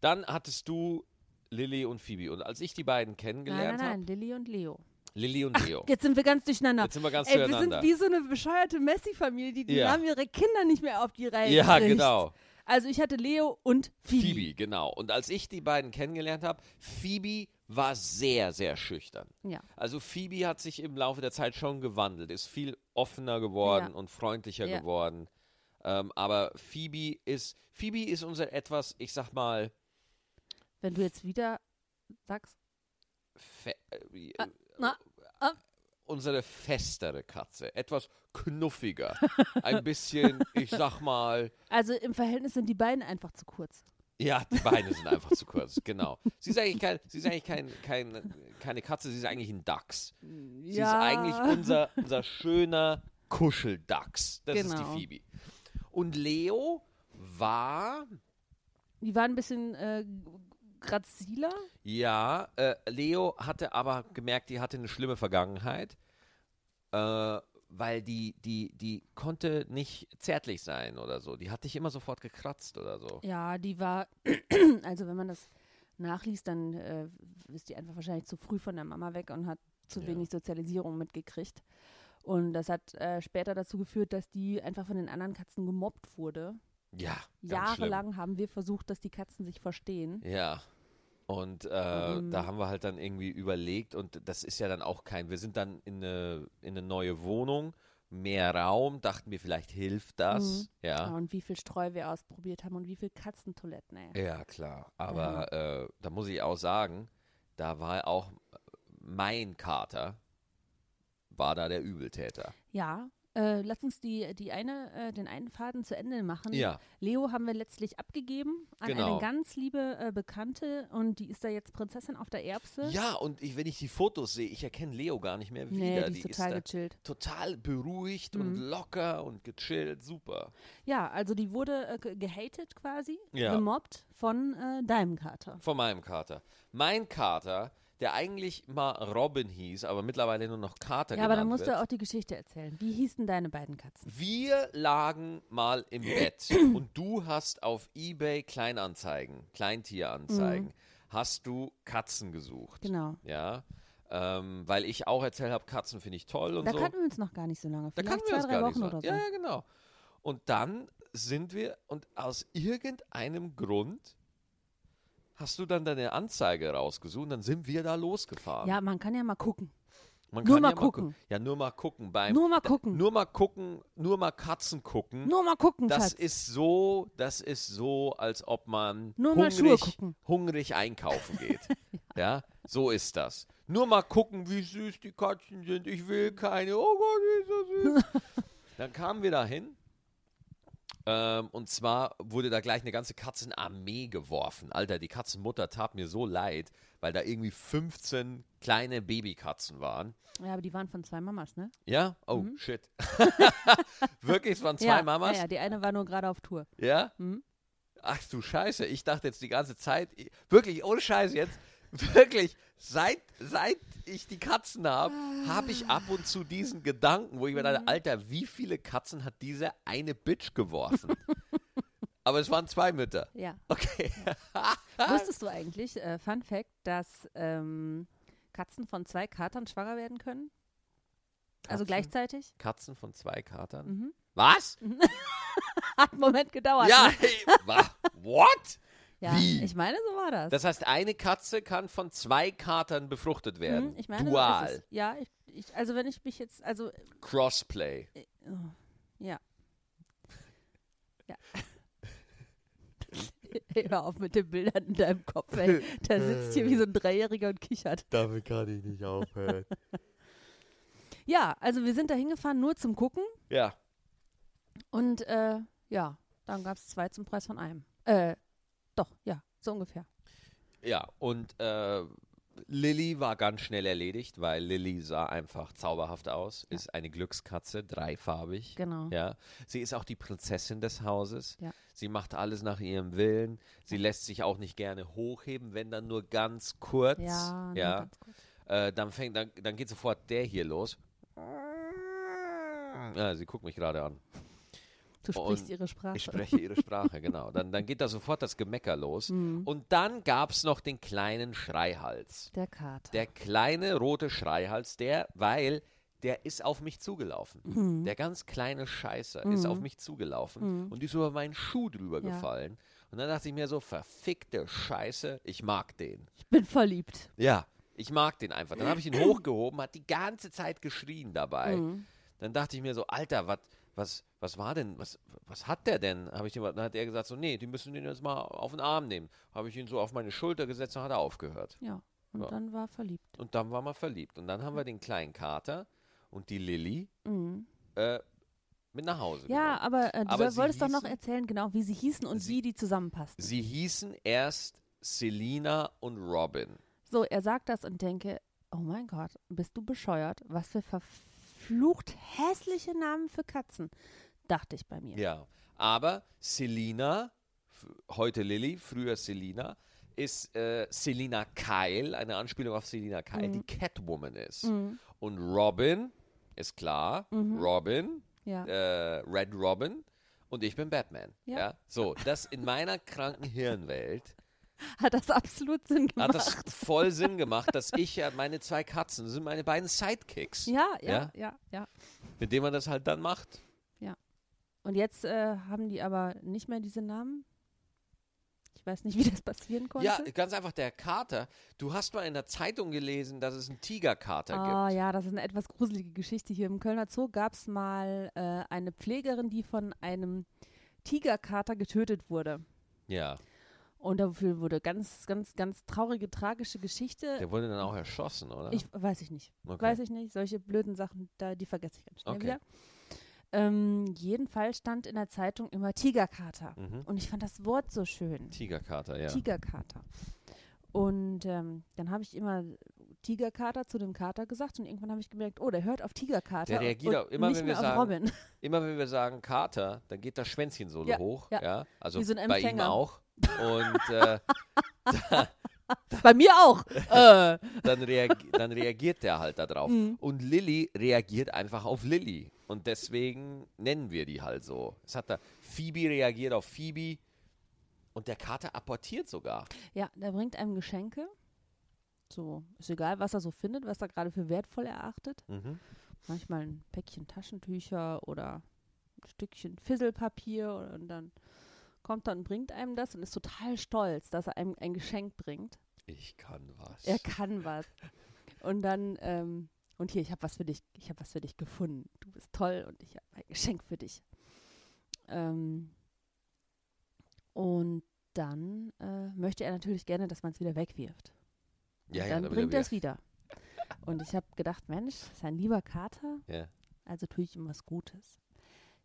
Speaker 1: Dann hattest du Lilly und Phoebe. Und als ich die beiden
Speaker 2: Nein, nein,
Speaker 1: kennengelernt
Speaker 2: nein,
Speaker 1: habe,
Speaker 2: Lilly und Leo.
Speaker 1: Lilly und Leo.
Speaker 2: Jetzt sind wir ganz durcheinander.
Speaker 1: Jetzt sind wir ganz
Speaker 2: Ey, wir sind
Speaker 1: zueinander.
Speaker 2: wie so eine bescheuerte Messi-Familie, die, die
Speaker 1: Ja.
Speaker 2: haben ihre Kinder nicht mehr auf die Reihe
Speaker 1: ja,
Speaker 2: gekriegt.
Speaker 1: genau.
Speaker 2: Also ich hatte Leo und Phoebe.
Speaker 1: Phoebe, genau. Und als ich die beiden kennengelernt habe, Phoebe war sehr, sehr schüchtern.
Speaker 2: Ja.
Speaker 1: Also Phoebe hat sich im Laufe der Zeit schon gewandelt, ist viel offener geworden
Speaker 2: Ja.
Speaker 1: und freundlicher
Speaker 2: Ja.
Speaker 1: geworden. Ähm, aber Phoebe ist, Phoebe ist unser etwas, ich sag mal,
Speaker 2: Wenn du jetzt wieder sagst,
Speaker 1: fe äh,
Speaker 2: Ah, na, ah.
Speaker 1: unsere festere Katze, etwas knuffiger, ein bisschen, ich sag mal,
Speaker 2: also im Verhältnis sind die beiden einfach zu kurz.
Speaker 1: ja, die Beine sind einfach zu kurz, genau. Sie ist eigentlich, kein, sie ist eigentlich kein, kein, keine Katze, sie ist eigentlich ein Dachs. Sie ist eigentlich unser, unser schöner Kuscheldachs. Das
Speaker 2: Genau.
Speaker 1: ist die Phoebe. Und Leo war,
Speaker 2: die waren ein bisschen äh, graziler.
Speaker 1: ja, äh, Leo hatte aber gemerkt, die hatte eine schlimme Vergangenheit, äh, weil die, die, die konnte nicht zärtlich sein oder so. Die hat dich immer sofort gekratzt oder so.
Speaker 2: Ja, die war, also wenn man das nachliest, dann äh, ist die einfach wahrscheinlich zu früh von der Mama weg und hat zu
Speaker 1: Ja.
Speaker 2: wenig Sozialisierung mitgekriegt. Und das hat äh, später dazu geführt, dass die einfach von den anderen Katzen gemobbt wurde.
Speaker 1: Ja, ganz
Speaker 2: Jahrelang haben wir versucht, dass die Katzen sich verstehen.
Speaker 1: Schlimm. Ja. Und äh,
Speaker 2: Ähm.
Speaker 1: da haben wir halt dann irgendwie überlegt und das ist ja dann auch kein, wir sind dann in eine, in eine neue Wohnung, mehr Raum, dachten wir, vielleicht hilft das. Ja.
Speaker 2: Ah, Und wie viel Streu wir ausprobiert haben und wie viel Katzentoiletten, ey.
Speaker 1: Ja, klar. Aber
Speaker 2: Mhm.
Speaker 1: äh, da muss ich auch sagen, da war auch mein Kater, war da der Übeltäter.
Speaker 2: Ja, Äh, lass uns die, die eine, äh, den einen Faden zu Ende machen.
Speaker 1: Ja,
Speaker 2: Leo haben wir letztlich abgegeben an
Speaker 1: Genau.
Speaker 2: eine ganz liebe äh, Bekannte und die ist da jetzt Prinzessin auf der Erbse.
Speaker 1: ja und ich, wenn ich die Fotos sehe, ich erkenne Leo gar nicht mehr
Speaker 2: Nee,
Speaker 1: wieder.
Speaker 2: die ist total
Speaker 1: da
Speaker 2: gechillt. Mhm.
Speaker 1: total beruhigt und locker und gechillt, super.
Speaker 2: Ja, also die wurde äh, ge- gehatet quasi,
Speaker 1: Ja.
Speaker 2: gemobbt von äh, Daimkater.
Speaker 1: Von meinem Kater. Mein Kater, der eigentlich mal Robin hieß, aber mittlerweile nur noch Kater
Speaker 2: Ja, aber
Speaker 1: genannt
Speaker 2: dann musst
Speaker 1: genau, wird.
Speaker 2: du auch die Geschichte erzählen. Wie hießen deine beiden Katzen?
Speaker 1: Wir lagen mal im Bett und du hast auf eBay Kleinanzeigen, Kleintieranzeigen, hast du Katzen gesucht.
Speaker 2: Mhm. Genau.
Speaker 1: Ja, ähm, weil ich auch erzählt habe, Katzen finde ich toll und
Speaker 2: Da
Speaker 1: so.
Speaker 2: kannten wir uns noch gar nicht so lange.
Speaker 1: da
Speaker 2: Vielleicht
Speaker 1: kannten wir
Speaker 2: zwei,
Speaker 1: uns
Speaker 2: drei
Speaker 1: gar
Speaker 2: Wochen
Speaker 1: nicht
Speaker 2: oder so.
Speaker 1: Ja, ja, genau. Und dann sind wir und aus irgendeinem Grund hast du dann deine Anzeige rausgesucht und dann sind wir da losgefahren.
Speaker 2: Ja, man kann ja mal gucken.
Speaker 1: Man
Speaker 2: nur
Speaker 1: kann
Speaker 2: mal
Speaker 1: ja gu-
Speaker 2: gucken.
Speaker 1: Ja, nur mal gucken beim
Speaker 2: Nur mal gucken.
Speaker 1: Nur mal gucken, nur mal Katzen gucken.
Speaker 2: Nur mal gucken,
Speaker 1: Das
Speaker 2: Schatz.
Speaker 1: ist so, das ist so, als ob man
Speaker 2: Nur mal Schuhe
Speaker 1: hungrig,
Speaker 2: gucken.
Speaker 1: hungrig einkaufen geht. ja. so ist das. Nur mal gucken, wie süß die Katzen sind. Ich will keine. Oh Gott, wie ist das süß. Dann kamen wir dahin. Ähm, und zwar wurde da gleich eine ganze Katzenarmee geworfen. Alter, die Katzenmutter tat mir so leid, weil da irgendwie 15 kleine Babykatzen waren.
Speaker 2: Ja, aber die waren von zwei Mamas, ne?
Speaker 1: Ja? Oh, shit. Wirklich, es waren zwei
Speaker 2: ja,
Speaker 1: Mamas?
Speaker 2: Ja, ja, die eine war nur gerade auf Tour.
Speaker 1: Ja?
Speaker 2: Mhm.
Speaker 1: Ach du Scheiße, ich dachte jetzt die ganze Zeit, i- wirklich ohne Scheiß jetzt, wirklich, seit, seit ich die Katzen habe, habe ich ab und zu diesen Gedanken, wo ich mir dachte,
Speaker 2: Mhm.
Speaker 1: Alter, wie viele Katzen hat diese eine Bitch geworfen? Aber es waren zwei Mütter.
Speaker 2: Ja.
Speaker 1: Okay. Ah.
Speaker 2: Wusstest du eigentlich, äh, Fun Fact, dass ähm, Katzen von zwei Katern schwanger werden können? Also Mhm.
Speaker 1: Katzen?
Speaker 2: gleichzeitig?
Speaker 1: Katzen von zwei Katern? Was?
Speaker 2: Hat einen Moment gedauert.
Speaker 1: Ja,
Speaker 2: ne?
Speaker 1: hey, wa- what?
Speaker 2: ja.
Speaker 1: wie?
Speaker 2: Ich meine, so war das.
Speaker 1: Das heißt, eine Katze kann von zwei Katern befruchtet werden.
Speaker 2: Hm, ich meine, so ist
Speaker 1: Dual.
Speaker 2: es. ja, ich, ich, also wenn ich mich jetzt, also
Speaker 1: Crossplay.
Speaker 2: Ja. Ja. Hör auf mit den Bildern in deinem Kopf, ey. Der sitzt hier wie so ein Dreijähriger und kichert.
Speaker 1: Damit kann ich nicht aufhören.
Speaker 2: Ja, also wir sind da hingefahren nur zum Gucken
Speaker 1: ja.
Speaker 2: und äh, ja, dann gab es zwei zum Preis von einem. Äh, doch, ja, so ungefähr.
Speaker 1: Ja, und äh, Lilly war ganz schnell erledigt, weil Lilly sah einfach zauberhaft aus, ist eine Glückskatze, dreifarbig.
Speaker 2: Genau.
Speaker 1: Ja, sie ist auch die Prinzessin des Hauses.
Speaker 2: Ja.
Speaker 1: Sie macht alles nach ihrem Willen. Sie lässt sich auch nicht gerne hochheben, wenn dann nur ganz kurz.
Speaker 2: Ja, nur
Speaker 1: ja.
Speaker 2: ganz kurz.
Speaker 1: Äh, dann fängt, dann, dann geht sofort der hier los. Ja, sie guckt mich gerade an.
Speaker 2: Du sprichst
Speaker 1: Und
Speaker 2: ihre Sprache.
Speaker 1: Ich spreche ihre Sprache, genau. Dann, dann geht da sofort das Gemecker los.
Speaker 2: Mhm.
Speaker 1: Und dann gab es noch den kleinen Schreihals.
Speaker 2: Der Kater.
Speaker 1: Der kleine rote Schreihals, der, weil der ist auf mich zugelaufen. Der ganz kleine Scheißer ist auf mich zugelaufen und ist über meinen Schuh drüber
Speaker 2: Ja.
Speaker 1: gefallen. Und dann dachte ich mir so, verfickte Scheiße, ich mag den.
Speaker 2: ich bin verliebt.
Speaker 1: Ja, ich mag den einfach. Dann habe ich ihn hochgehoben, hat die ganze Zeit geschrien dabei.
Speaker 2: Mhm.
Speaker 1: Dann dachte ich mir so, Alter, was, was, was war denn, was, was hat der denn? Habe ich dem, dann hat er gesagt so, nee, die müssen den jetzt mal auf den Arm nehmen. Habe ich ihn so auf meine Schulter gesetzt und hat er aufgehört.
Speaker 2: Ja, und
Speaker 1: Ja.
Speaker 2: dann war verliebt.
Speaker 1: Und dann waren wir verliebt. Und dann haben wir den kleinen Kater und die Lilly
Speaker 2: Mhm.
Speaker 1: äh, mit nach Hause genommen.
Speaker 2: Ja, aber äh, du
Speaker 1: Genau. Aber
Speaker 2: soll-
Speaker 1: sie
Speaker 2: wolltest doch noch
Speaker 1: hießen-
Speaker 2: erzählen, genau, wie sie hießen und
Speaker 1: Sie-
Speaker 2: wie die zusammenpassten.
Speaker 1: Sie hießen erst Selina und Robin.
Speaker 2: So, er sagt das und denke, oh mein Gott, bist du bescheuert? Was für verflucht hässliche Namen für Katzen, dachte ich bei mir.
Speaker 1: Ja, aber Selina, f- heute Lilly, früher Selina, ist äh, Selina Kyle, eine Anspielung auf Selina Kyle, die Catwoman ist. Und Robin, ist klar, Robin,
Speaker 2: Ja.
Speaker 1: äh, Red Robin und ich bin Batman. Ja.
Speaker 2: Ja.
Speaker 1: So, das in meiner kranken Hirnwelt
Speaker 2: Hat das absolut Sinn
Speaker 1: hat
Speaker 2: gemacht.
Speaker 1: das voll Sinn gemacht, dass ich ja meine zwei Katzen, das sind meine beiden Sidekicks,
Speaker 2: ja,
Speaker 1: Ja?
Speaker 2: ja, ja, ja.
Speaker 1: mit denen man das halt dann macht.
Speaker 2: Und jetzt äh, haben die aber nicht mehr diese Namen. Ich weiß nicht, wie das passieren konnte.
Speaker 1: Ja, ganz einfach der Kater. Du hast mal in der Zeitung gelesen, dass es einen Tigerkater gibt.
Speaker 2: Ah ja, das ist eine etwas gruselige Geschichte. Hier im Kölner Zoo gab es mal äh, eine Pflegerin, die von einem Tigerkater getötet wurde.
Speaker 1: Ja,
Speaker 2: Und dafür wurde ganz, ganz, ganz traurige, tragische Geschichte.
Speaker 1: der wurde dann auch erschossen, oder?
Speaker 2: Ich weiß ich nicht.
Speaker 1: Okay.
Speaker 2: Weiß ich nicht. Solche blöden Sachen, da, die vergesse ich ganz schnell
Speaker 1: Okay.
Speaker 2: wieder. Ähm, jedenfalls stand in der Zeitung immer Tigerkater.
Speaker 1: Mhm.
Speaker 2: Und ich fand das Wort so schön.
Speaker 1: Tigerkater, ja.
Speaker 2: Tigerkater. Und ähm, dann habe ich immer Tigerkater zu dem Kater gesagt und irgendwann habe ich gemerkt, oh, der hört auf Tigerkater.
Speaker 1: Der reagiert
Speaker 2: und
Speaker 1: auch immer,
Speaker 2: nicht
Speaker 1: wenn
Speaker 2: mehr
Speaker 1: wir
Speaker 2: auf
Speaker 1: sagen,
Speaker 2: Robin.
Speaker 1: Immer wenn wir sagen Kater, dann geht das Schwänzchen so
Speaker 2: Ja,
Speaker 1: hoch. Ja.
Speaker 2: ja.
Speaker 1: Also
Speaker 2: Wie so ein
Speaker 1: bei ihm
Speaker 2: Empfänger.
Speaker 1: auch. Und äh,
Speaker 2: Bei mir auch. äh,
Speaker 1: dann, reag dann reagiert der halt darauf.
Speaker 2: Mhm.
Speaker 1: Und Lilly reagiert einfach auf Lilly. Und deswegen nennen wir die halt so. Es hat da Phoebe reagiert auf Phoebe. Und der Kater apportiert sogar.
Speaker 2: ja, der bringt einem Geschenke. So, ist egal, was er so findet, was er gerade für wertvoll erachtet. Manchmal ein Päckchen Taschentücher oder ein Stückchen Fisselpapier oder- und dann kommt er und bringt einem das und ist total stolz, dass er einem ein Geschenk bringt.
Speaker 1: Ich kann was.
Speaker 2: Er kann was. Und dann, ähm, und hier, ich habe was für dich, ich habe was für dich gefunden. Du bist toll und ich habe ein Geschenk für dich. Ähm, und dann äh, möchte er natürlich gerne, dass man es wieder wegwirft.
Speaker 1: ja, ja,
Speaker 2: dann
Speaker 1: damit
Speaker 2: bringt
Speaker 1: er
Speaker 2: er es wieder. Und ich habe gedacht, Mensch, sein lieber Kater,
Speaker 1: wieder- Ja.
Speaker 2: also tue ich ihm was Gutes.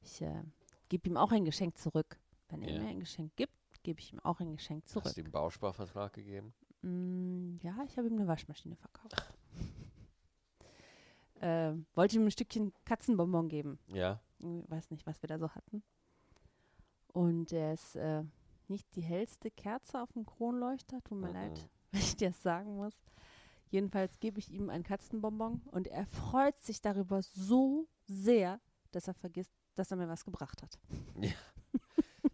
Speaker 2: Ich äh, gebe ihm auch ein Geschenk zurück. Wenn
Speaker 1: Ja.
Speaker 2: er mir ein Geschenk gibt, gebe ich ihm auch ein Geschenk zurück.
Speaker 1: Hast du ihm Bausparvertrag gegeben?
Speaker 2: Mm, ja, ich habe ihm eine Waschmaschine verkauft. ähm, wollte ihm ein Stückchen Katzenbonbon geben.
Speaker 1: Ja.
Speaker 2: Ich weiß nicht, was wir da so hatten. Und er ist äh, nicht die hellste Kerze auf dem Kronleuchter. Tut mir
Speaker 1: Mhm.
Speaker 2: leid, wenn ich dir das sagen muss. Jedenfalls gebe ich ihm ein Katzenbonbon und er freut sich darüber so sehr, dass er vergisst, dass er mir was gebracht hat.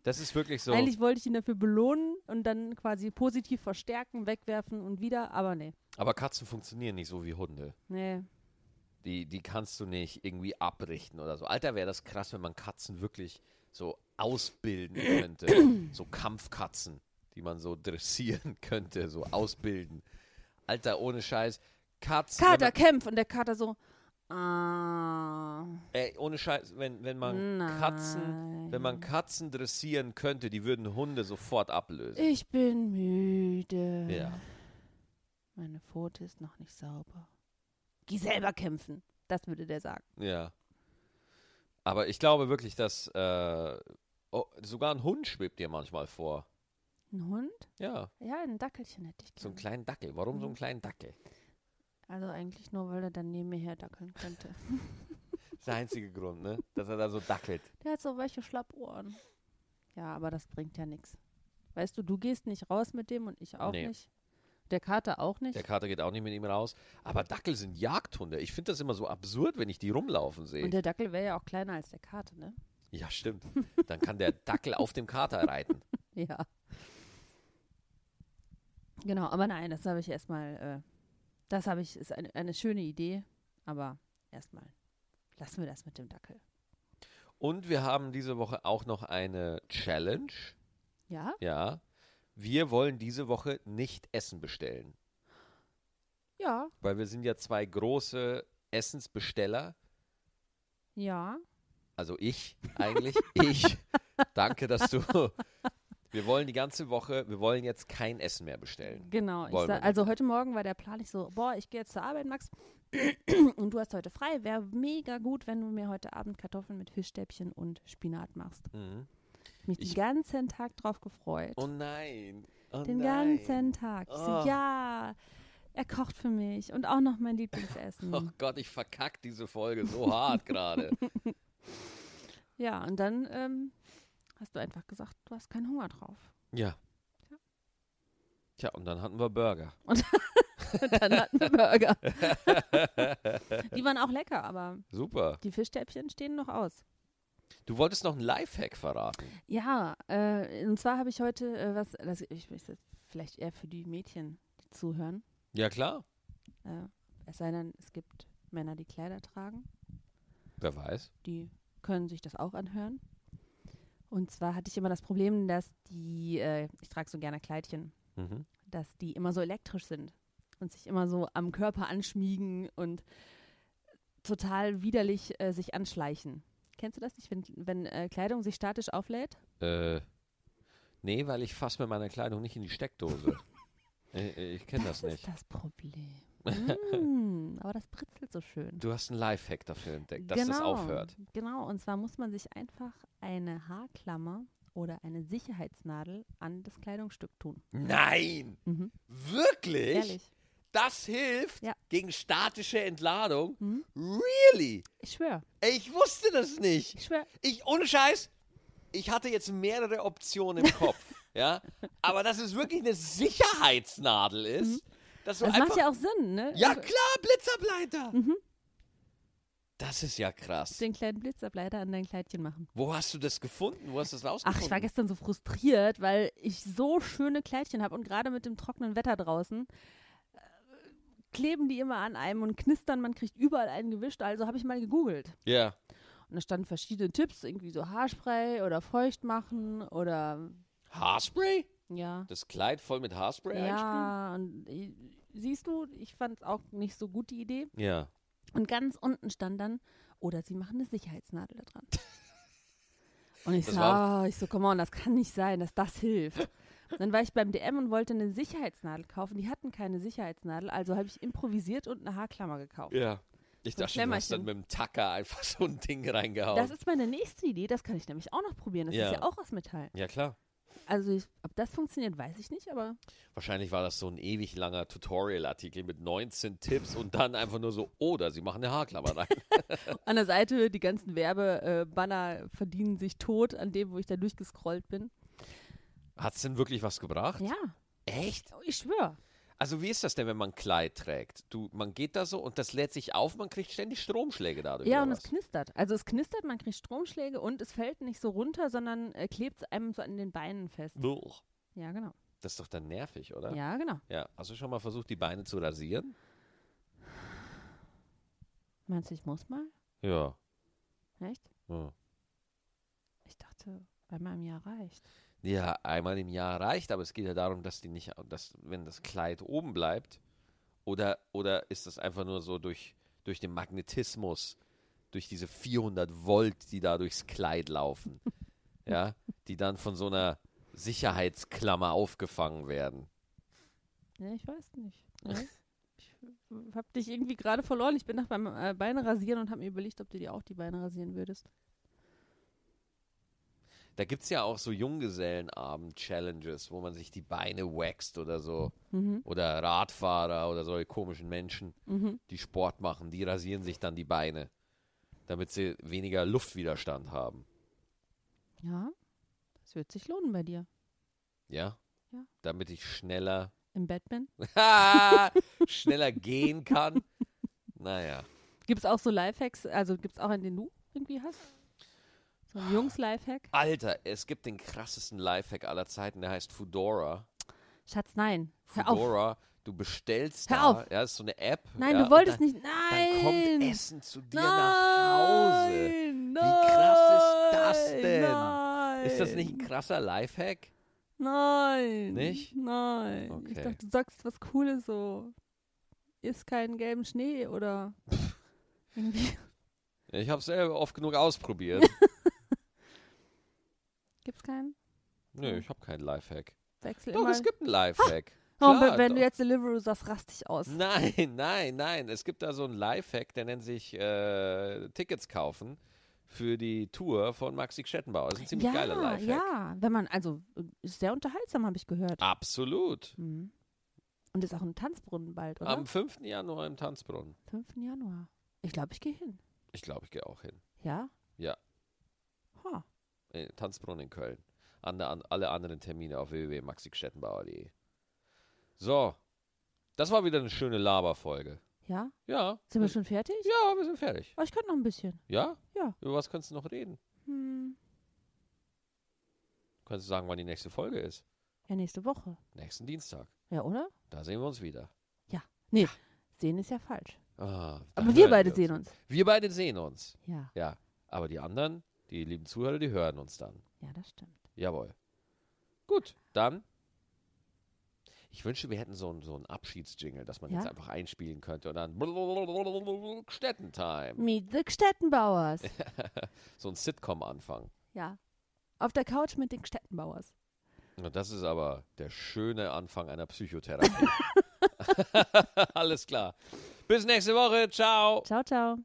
Speaker 1: Das ist wirklich so.
Speaker 2: Eigentlich wollte ich ihn dafür belohnen und dann quasi positiv verstärken, wegwerfen und wieder, aber nee.
Speaker 1: Aber Katzen funktionieren nicht so wie Hunde.
Speaker 2: Nee,
Speaker 1: Die, die kannst du nicht irgendwie abrichten oder so. Alter, wäre das krass, wenn man Katzen wirklich so ausbilden könnte. so Kampfkatzen, die man so dressieren könnte, so ausbilden. Alter, ohne Scheiß. Katzen. wenn
Speaker 2: Kater, kämpf! Und der Kater so, ah,
Speaker 1: Man, ey, ohne Scheiß, wenn, wenn man Katzen, wenn man
Speaker 2: Nein.
Speaker 1: Katzen dressieren könnte, die würden Hunde sofort ablösen.
Speaker 2: ich bin müde.
Speaker 1: Ja.
Speaker 2: Meine Pfote ist noch nicht sauber. Geh selber kämpfen. Das würde der sagen.
Speaker 1: Ja. Aber ich glaube wirklich, dass äh, oh, sogar ein Hund schwebt dir manchmal vor.
Speaker 2: Ein Hund?
Speaker 1: Ja,
Speaker 2: Ja, ein Dackelchen hätte ich
Speaker 1: so einen
Speaker 2: gerne.
Speaker 1: kleinen Dackel. Warum so einen
Speaker 2: Mhm.
Speaker 1: kleinen Dackel?
Speaker 2: also eigentlich nur, weil er dann neben mir her dackeln könnte.
Speaker 1: Das ist der einzige Grund, ne? Dass er da so dackelt.
Speaker 2: der hat so welche Schlappohren. Ja, aber das bringt ja nichts. Weißt du, du gehst nicht raus mit dem und ich auch
Speaker 1: Nee.
Speaker 2: nicht. Der Kater auch nicht.
Speaker 1: Der Kater geht auch nicht mit ihm raus. Aber Dackel sind Jagdhunde. Ich finde das immer so absurd, wenn ich die rumlaufen sehe.
Speaker 2: und der Dackel wäre ja auch kleiner als der Kater, ne?
Speaker 1: Ja, stimmt. Dann kann der Dackel auf dem Kater reiten.
Speaker 2: Ja. Genau, aber nein, das habe ich erstmal, äh, das habe ich, ist eine, eine schöne Idee, aber erstmal lassen wir das mit dem Dackel.
Speaker 1: Und wir haben diese Woche auch noch eine Challenge.
Speaker 2: Ja?
Speaker 1: Ja. Wir wollen diese Woche nicht Essen bestellen.
Speaker 2: Ja.
Speaker 1: Weil wir sind ja zwei große Essensbesteller.
Speaker 2: Ja.
Speaker 1: Also ich eigentlich. ich. Danke, dass du. Wir wollen die ganze Woche, wir wollen jetzt kein Essen mehr bestellen.
Speaker 2: Genau.
Speaker 1: Äh,
Speaker 2: Ich
Speaker 1: Wollen wir
Speaker 2: sa-
Speaker 1: nicht.
Speaker 2: also heute Morgen war der Plan, ich so, boah, ich gehe jetzt zur Arbeit, Max, und du hast heute frei. Wäre mega gut, wenn du mir heute Abend Kartoffeln mit Fischstäbchen und Spinat machst.
Speaker 1: Mhm.
Speaker 2: Ich mich
Speaker 1: Ich-
Speaker 2: den ganzen Tag drauf gefreut.
Speaker 1: Oh nein. Oh
Speaker 2: Den
Speaker 1: nein.
Speaker 2: ganzen Tag. Ich so,
Speaker 1: Oh.
Speaker 2: ja, er kocht für mich und auch noch mein Lieblingsessen.
Speaker 1: Oh Gott, ich verkack diese Folge so hart gerade.
Speaker 2: Ja, und dann ähm, hast du einfach gesagt, du hast keinen Hunger drauf.
Speaker 1: Ja. Tja, und dann hatten wir Burger.
Speaker 2: dann hatten wir Burger. die waren auch lecker, aber
Speaker 1: Super.
Speaker 2: die Fischstäbchen stehen noch aus.
Speaker 1: Du wolltest noch einen Lifehack verraten.
Speaker 2: Ja, äh, und zwar habe ich heute äh, was, das, ich, ich, vielleicht eher für die Mädchen, die zuhören.
Speaker 1: Ja, klar.
Speaker 2: Äh, es sei denn, es gibt Männer, die Kleider tragen.
Speaker 1: Wer weiß.
Speaker 2: die können sich das auch anhören. Und zwar hatte ich immer das Problem, dass die, äh, ich trage so gerne Kleidchen,
Speaker 1: Mhm.
Speaker 2: dass die immer so elektrisch sind und sich immer so am Körper anschmiegen und total widerlich äh, sich anschleichen. Kennst du das nicht, wenn, wenn äh, Kleidung sich statisch auflädt?
Speaker 1: Äh, nee, weil ich fasse mit meiner Kleidung nicht in die Steckdose. äh, äh, ich kenne das
Speaker 2: ist
Speaker 1: nicht.
Speaker 2: das Problem. Mm, aber das britzelt so schön.
Speaker 1: Du hast einen Lifehack dafür entdeckt, dass das aufhört.
Speaker 2: Genau, und zwar muss man sich einfach eine Haarklammer oder eine Sicherheitsnadel an das Kleidungsstück tun.
Speaker 1: Nein!
Speaker 2: Mhm.
Speaker 1: Wirklich?
Speaker 2: Ehrlich.
Speaker 1: Das hilft
Speaker 2: Ja.
Speaker 1: gegen statische Entladung?
Speaker 2: Mhm.
Speaker 1: Really?
Speaker 2: Ich schwöre,
Speaker 1: Ey, ich wusste das nicht.
Speaker 2: ich schwöre.
Speaker 1: Ich, ohne Scheiß, ich hatte jetzt mehrere Optionen im Kopf. ja? Aber dass es wirklich eine Sicherheitsnadel ist, dass du
Speaker 2: Mhm. Das
Speaker 1: einfach.
Speaker 2: macht ja Mhm. auch Sinn, ne?
Speaker 1: ja,
Speaker 2: Also
Speaker 1: klar, Blitzableiter! Das ist ja krass.
Speaker 2: Den kleinen Blitzableiter an dein Kleidchen machen.
Speaker 1: Wo hast du das gefunden? Wo hast du das
Speaker 2: Ach,
Speaker 1: rausgefunden?
Speaker 2: ich war gestern so frustriert, weil ich so schöne Kleidchen habe und gerade mit dem trockenen Wetter draußen äh, kleben die immer an einem und knistern, man kriegt überall einen gewischt, also habe ich mal gegoogelt.
Speaker 1: Ja.
Speaker 2: Und da standen verschiedene Tipps, irgendwie so Haarspray oder feucht machen oder
Speaker 1: Haarspray?
Speaker 2: ja.
Speaker 1: Das Kleid voll mit Haarspray einschmieren?
Speaker 2: Ja, und i- siehst du, ich fand es auch nicht so gut die Idee.
Speaker 1: Ja.
Speaker 2: Und ganz unten stand dann, oder sie machen eine Sicherheitsnadel da dran. Und ich
Speaker 1: Das
Speaker 2: so,
Speaker 1: war-
Speaker 2: ah, ich so, come on, das kann nicht sein, dass das hilft. Und dann war ich beim DM und wollte eine Sicherheitsnadel kaufen. Die hatten keine Sicherheitsnadel, also habe ich improvisiert und eine Haarklammer gekauft.
Speaker 1: Ja. Ich
Speaker 2: So ein
Speaker 1: dachte, schon, du hast dann
Speaker 2: Klemmerchen.
Speaker 1: mit dem Tacker einfach so ein Ding reingehauen.
Speaker 2: Das ist meine nächste Idee, das kann ich nämlich auch noch probieren. Das
Speaker 1: Ja.
Speaker 2: ist ja auch aus Metall.
Speaker 1: ja, klar.
Speaker 2: Also, ich, ob das funktioniert, weiß ich nicht, aber
Speaker 1: Wahrscheinlich war das so ein ewig langer Tutorial-Artikel mit 19 Tipps und dann einfach nur so, oder sie machen eine Haarklammer rein.
Speaker 2: an der Seite, die ganzen Werbebanner verdienen sich tot an dem, wo ich da durchgescrollt bin.
Speaker 1: Hat es denn wirklich was gebracht?
Speaker 2: Ja,
Speaker 1: Echt?
Speaker 2: ich schwöre.
Speaker 1: Also wie ist das denn, wenn man ein Kleid trägt? Du, man geht da so und das lädt sich auf, man kriegt ständig Stromschläge dadurch.
Speaker 2: Ja,
Speaker 1: oder
Speaker 2: und
Speaker 1: was?
Speaker 2: es knistert. Also es knistert, man kriegt Stromschläge und es fällt nicht so runter, sondern äh, klebt es einem so an den Beinen fest.
Speaker 1: Buch.
Speaker 2: Ja, genau.
Speaker 1: Das ist doch dann nervig, oder?
Speaker 2: Ja, genau.
Speaker 1: ja. Hast du schon mal versucht, die Beine zu rasieren?
Speaker 2: Meinst du, ich muss mal?
Speaker 1: Ja.
Speaker 2: Echt?
Speaker 1: ja.
Speaker 2: Ich dachte, einmal im Jahr reicht.
Speaker 1: Ja, einmal im Jahr reicht, aber es geht ja darum, dass die nicht, dass, wenn das Kleid oben bleibt, oder, oder ist das einfach nur so durch, durch den Magnetismus, durch diese 400 Volt, die da durchs Kleid laufen, ja, die dann von so einer Sicherheitsklammer aufgefangen werden.
Speaker 2: Ja, ich weiß nicht. Ja. Ich hab dich irgendwie gerade verloren. Ich bin nach meinem äh, Beine rasieren und habe mir überlegt, ob du dir auch die Beine rasieren würdest.
Speaker 1: Da gibt es ja auch so Junggesellenabend-Challenges, wo man sich die Beine wächst oder so.
Speaker 2: Mhm.
Speaker 1: Oder Radfahrer oder solche komischen Menschen.
Speaker 2: Mhm.
Speaker 1: die Sport machen, die rasieren sich dann die Beine, damit sie weniger Luftwiderstand haben.
Speaker 2: Ja, das wird sich lohnen bei dir.
Speaker 1: Ja?
Speaker 2: Ja.
Speaker 1: Damit ich schneller,
Speaker 2: Im Batman.
Speaker 1: schneller gehen kann. Naja.
Speaker 2: Gibt es auch so Lifehacks, also gibt es auch einen, den du irgendwie hast? So ein Jungs-Lifehack?
Speaker 1: Alter, es gibt den krassesten Lifehack aller Zeiten, der heißt Foodora.
Speaker 2: Schatz, nein. Hör auf.
Speaker 1: Foodora, du bestellst
Speaker 2: Hör
Speaker 1: da,
Speaker 2: auf.
Speaker 1: ja, ist so eine App.
Speaker 2: Nein,
Speaker 1: ja,
Speaker 2: du wolltest
Speaker 1: und
Speaker 2: nicht.
Speaker 1: dann,
Speaker 2: Nein!
Speaker 1: Dann kommt Essen zu dir
Speaker 2: nein,
Speaker 1: nach Hause.
Speaker 2: Nein,
Speaker 1: krass ist das denn?
Speaker 2: Nein,
Speaker 1: Ist das nicht ein krasser Lifehack?
Speaker 2: Nein.
Speaker 1: Nicht?
Speaker 2: Nein. Ich
Speaker 1: Okay.
Speaker 2: dachte, du sagst was Cooles so. Isst keinen gelben Schnee oder. Irgendwie.
Speaker 1: Ich habe selber oft genug ausprobiert.
Speaker 2: Gibt's keinen?
Speaker 1: Nö, ich habe keinen Lifehack.
Speaker 2: Wechsel
Speaker 1: Doch,
Speaker 2: immer.
Speaker 1: es gibt einen Lifehack.
Speaker 2: oh,
Speaker 1: Klar,
Speaker 2: wenn wenn du
Speaker 1: doch.
Speaker 2: jetzt Deliveroo sagst, rast dich aus.
Speaker 1: Nein, nein, nein. Es gibt da so einen Lifehack, der nennt sich äh, Tickets kaufen für die Tour von Maxi Schettenbauer. Das ist ein ziemlich
Speaker 2: ja,
Speaker 1: geiler Lifehack. Ah.
Speaker 2: ja. Wenn man, also, ist sehr unterhaltsam, habe ich gehört.
Speaker 1: Absolut.
Speaker 2: Mhm. Und ist auch ein Tanzbrunnen bald, oder?
Speaker 1: Am 5. Januar im Tanzbrunnen.
Speaker 2: 5. Januar. Ich glaube, ich gehe hin.
Speaker 1: Ich glaube, ich gehe auch hin.
Speaker 2: Ja?
Speaker 1: Ja.
Speaker 2: Ha.
Speaker 1: Äh, Tanzbrunnen in Köln. An, an, alle anderen Termine auf www.maxigschettenbauer.de. So. Das war wieder eine schöne Laberfolge.
Speaker 2: Ja?
Speaker 1: Ja.
Speaker 2: Sind wir schon fertig?
Speaker 1: Äh, Ja, wir sind fertig.
Speaker 2: Oh, ich könnte noch ein bisschen.
Speaker 1: Ja?
Speaker 2: Ja.
Speaker 1: Über was kannst du noch reden?
Speaker 2: Hm.
Speaker 1: Kannst du sagen, wann die nächste Folge ist?
Speaker 2: Ja, nächste Woche.
Speaker 1: Nächsten Dienstag.
Speaker 2: Ja, oder?
Speaker 1: Da sehen wir uns wieder.
Speaker 2: Sehen ist ja falsch.
Speaker 1: Ah, da
Speaker 2: Aber wir
Speaker 1: hören
Speaker 2: beide
Speaker 1: uns.
Speaker 2: sehen uns.
Speaker 1: Wir beide sehen uns.
Speaker 2: Ja,
Speaker 1: Ja. Aber die anderen, die lieben Zuhörer, die hören uns dann.
Speaker 2: ja, das stimmt.
Speaker 1: Jawohl. Gut, dann. Ich wünsche, wir hätten so einen so einen Abschiedsjingle, dass man
Speaker 2: Ja?
Speaker 1: jetzt einfach einspielen könnte und dann Stettentime.
Speaker 2: Meet the Gstettenbauers.
Speaker 1: So ein Sitcom-Anfang.
Speaker 2: ja. Auf der Couch mit den Gstettenbauers.
Speaker 1: Und das ist aber der schöne Anfang einer Psychotherapie. Alles klar. Bis nächste Woche. Ciao.
Speaker 2: Ciao, ciao.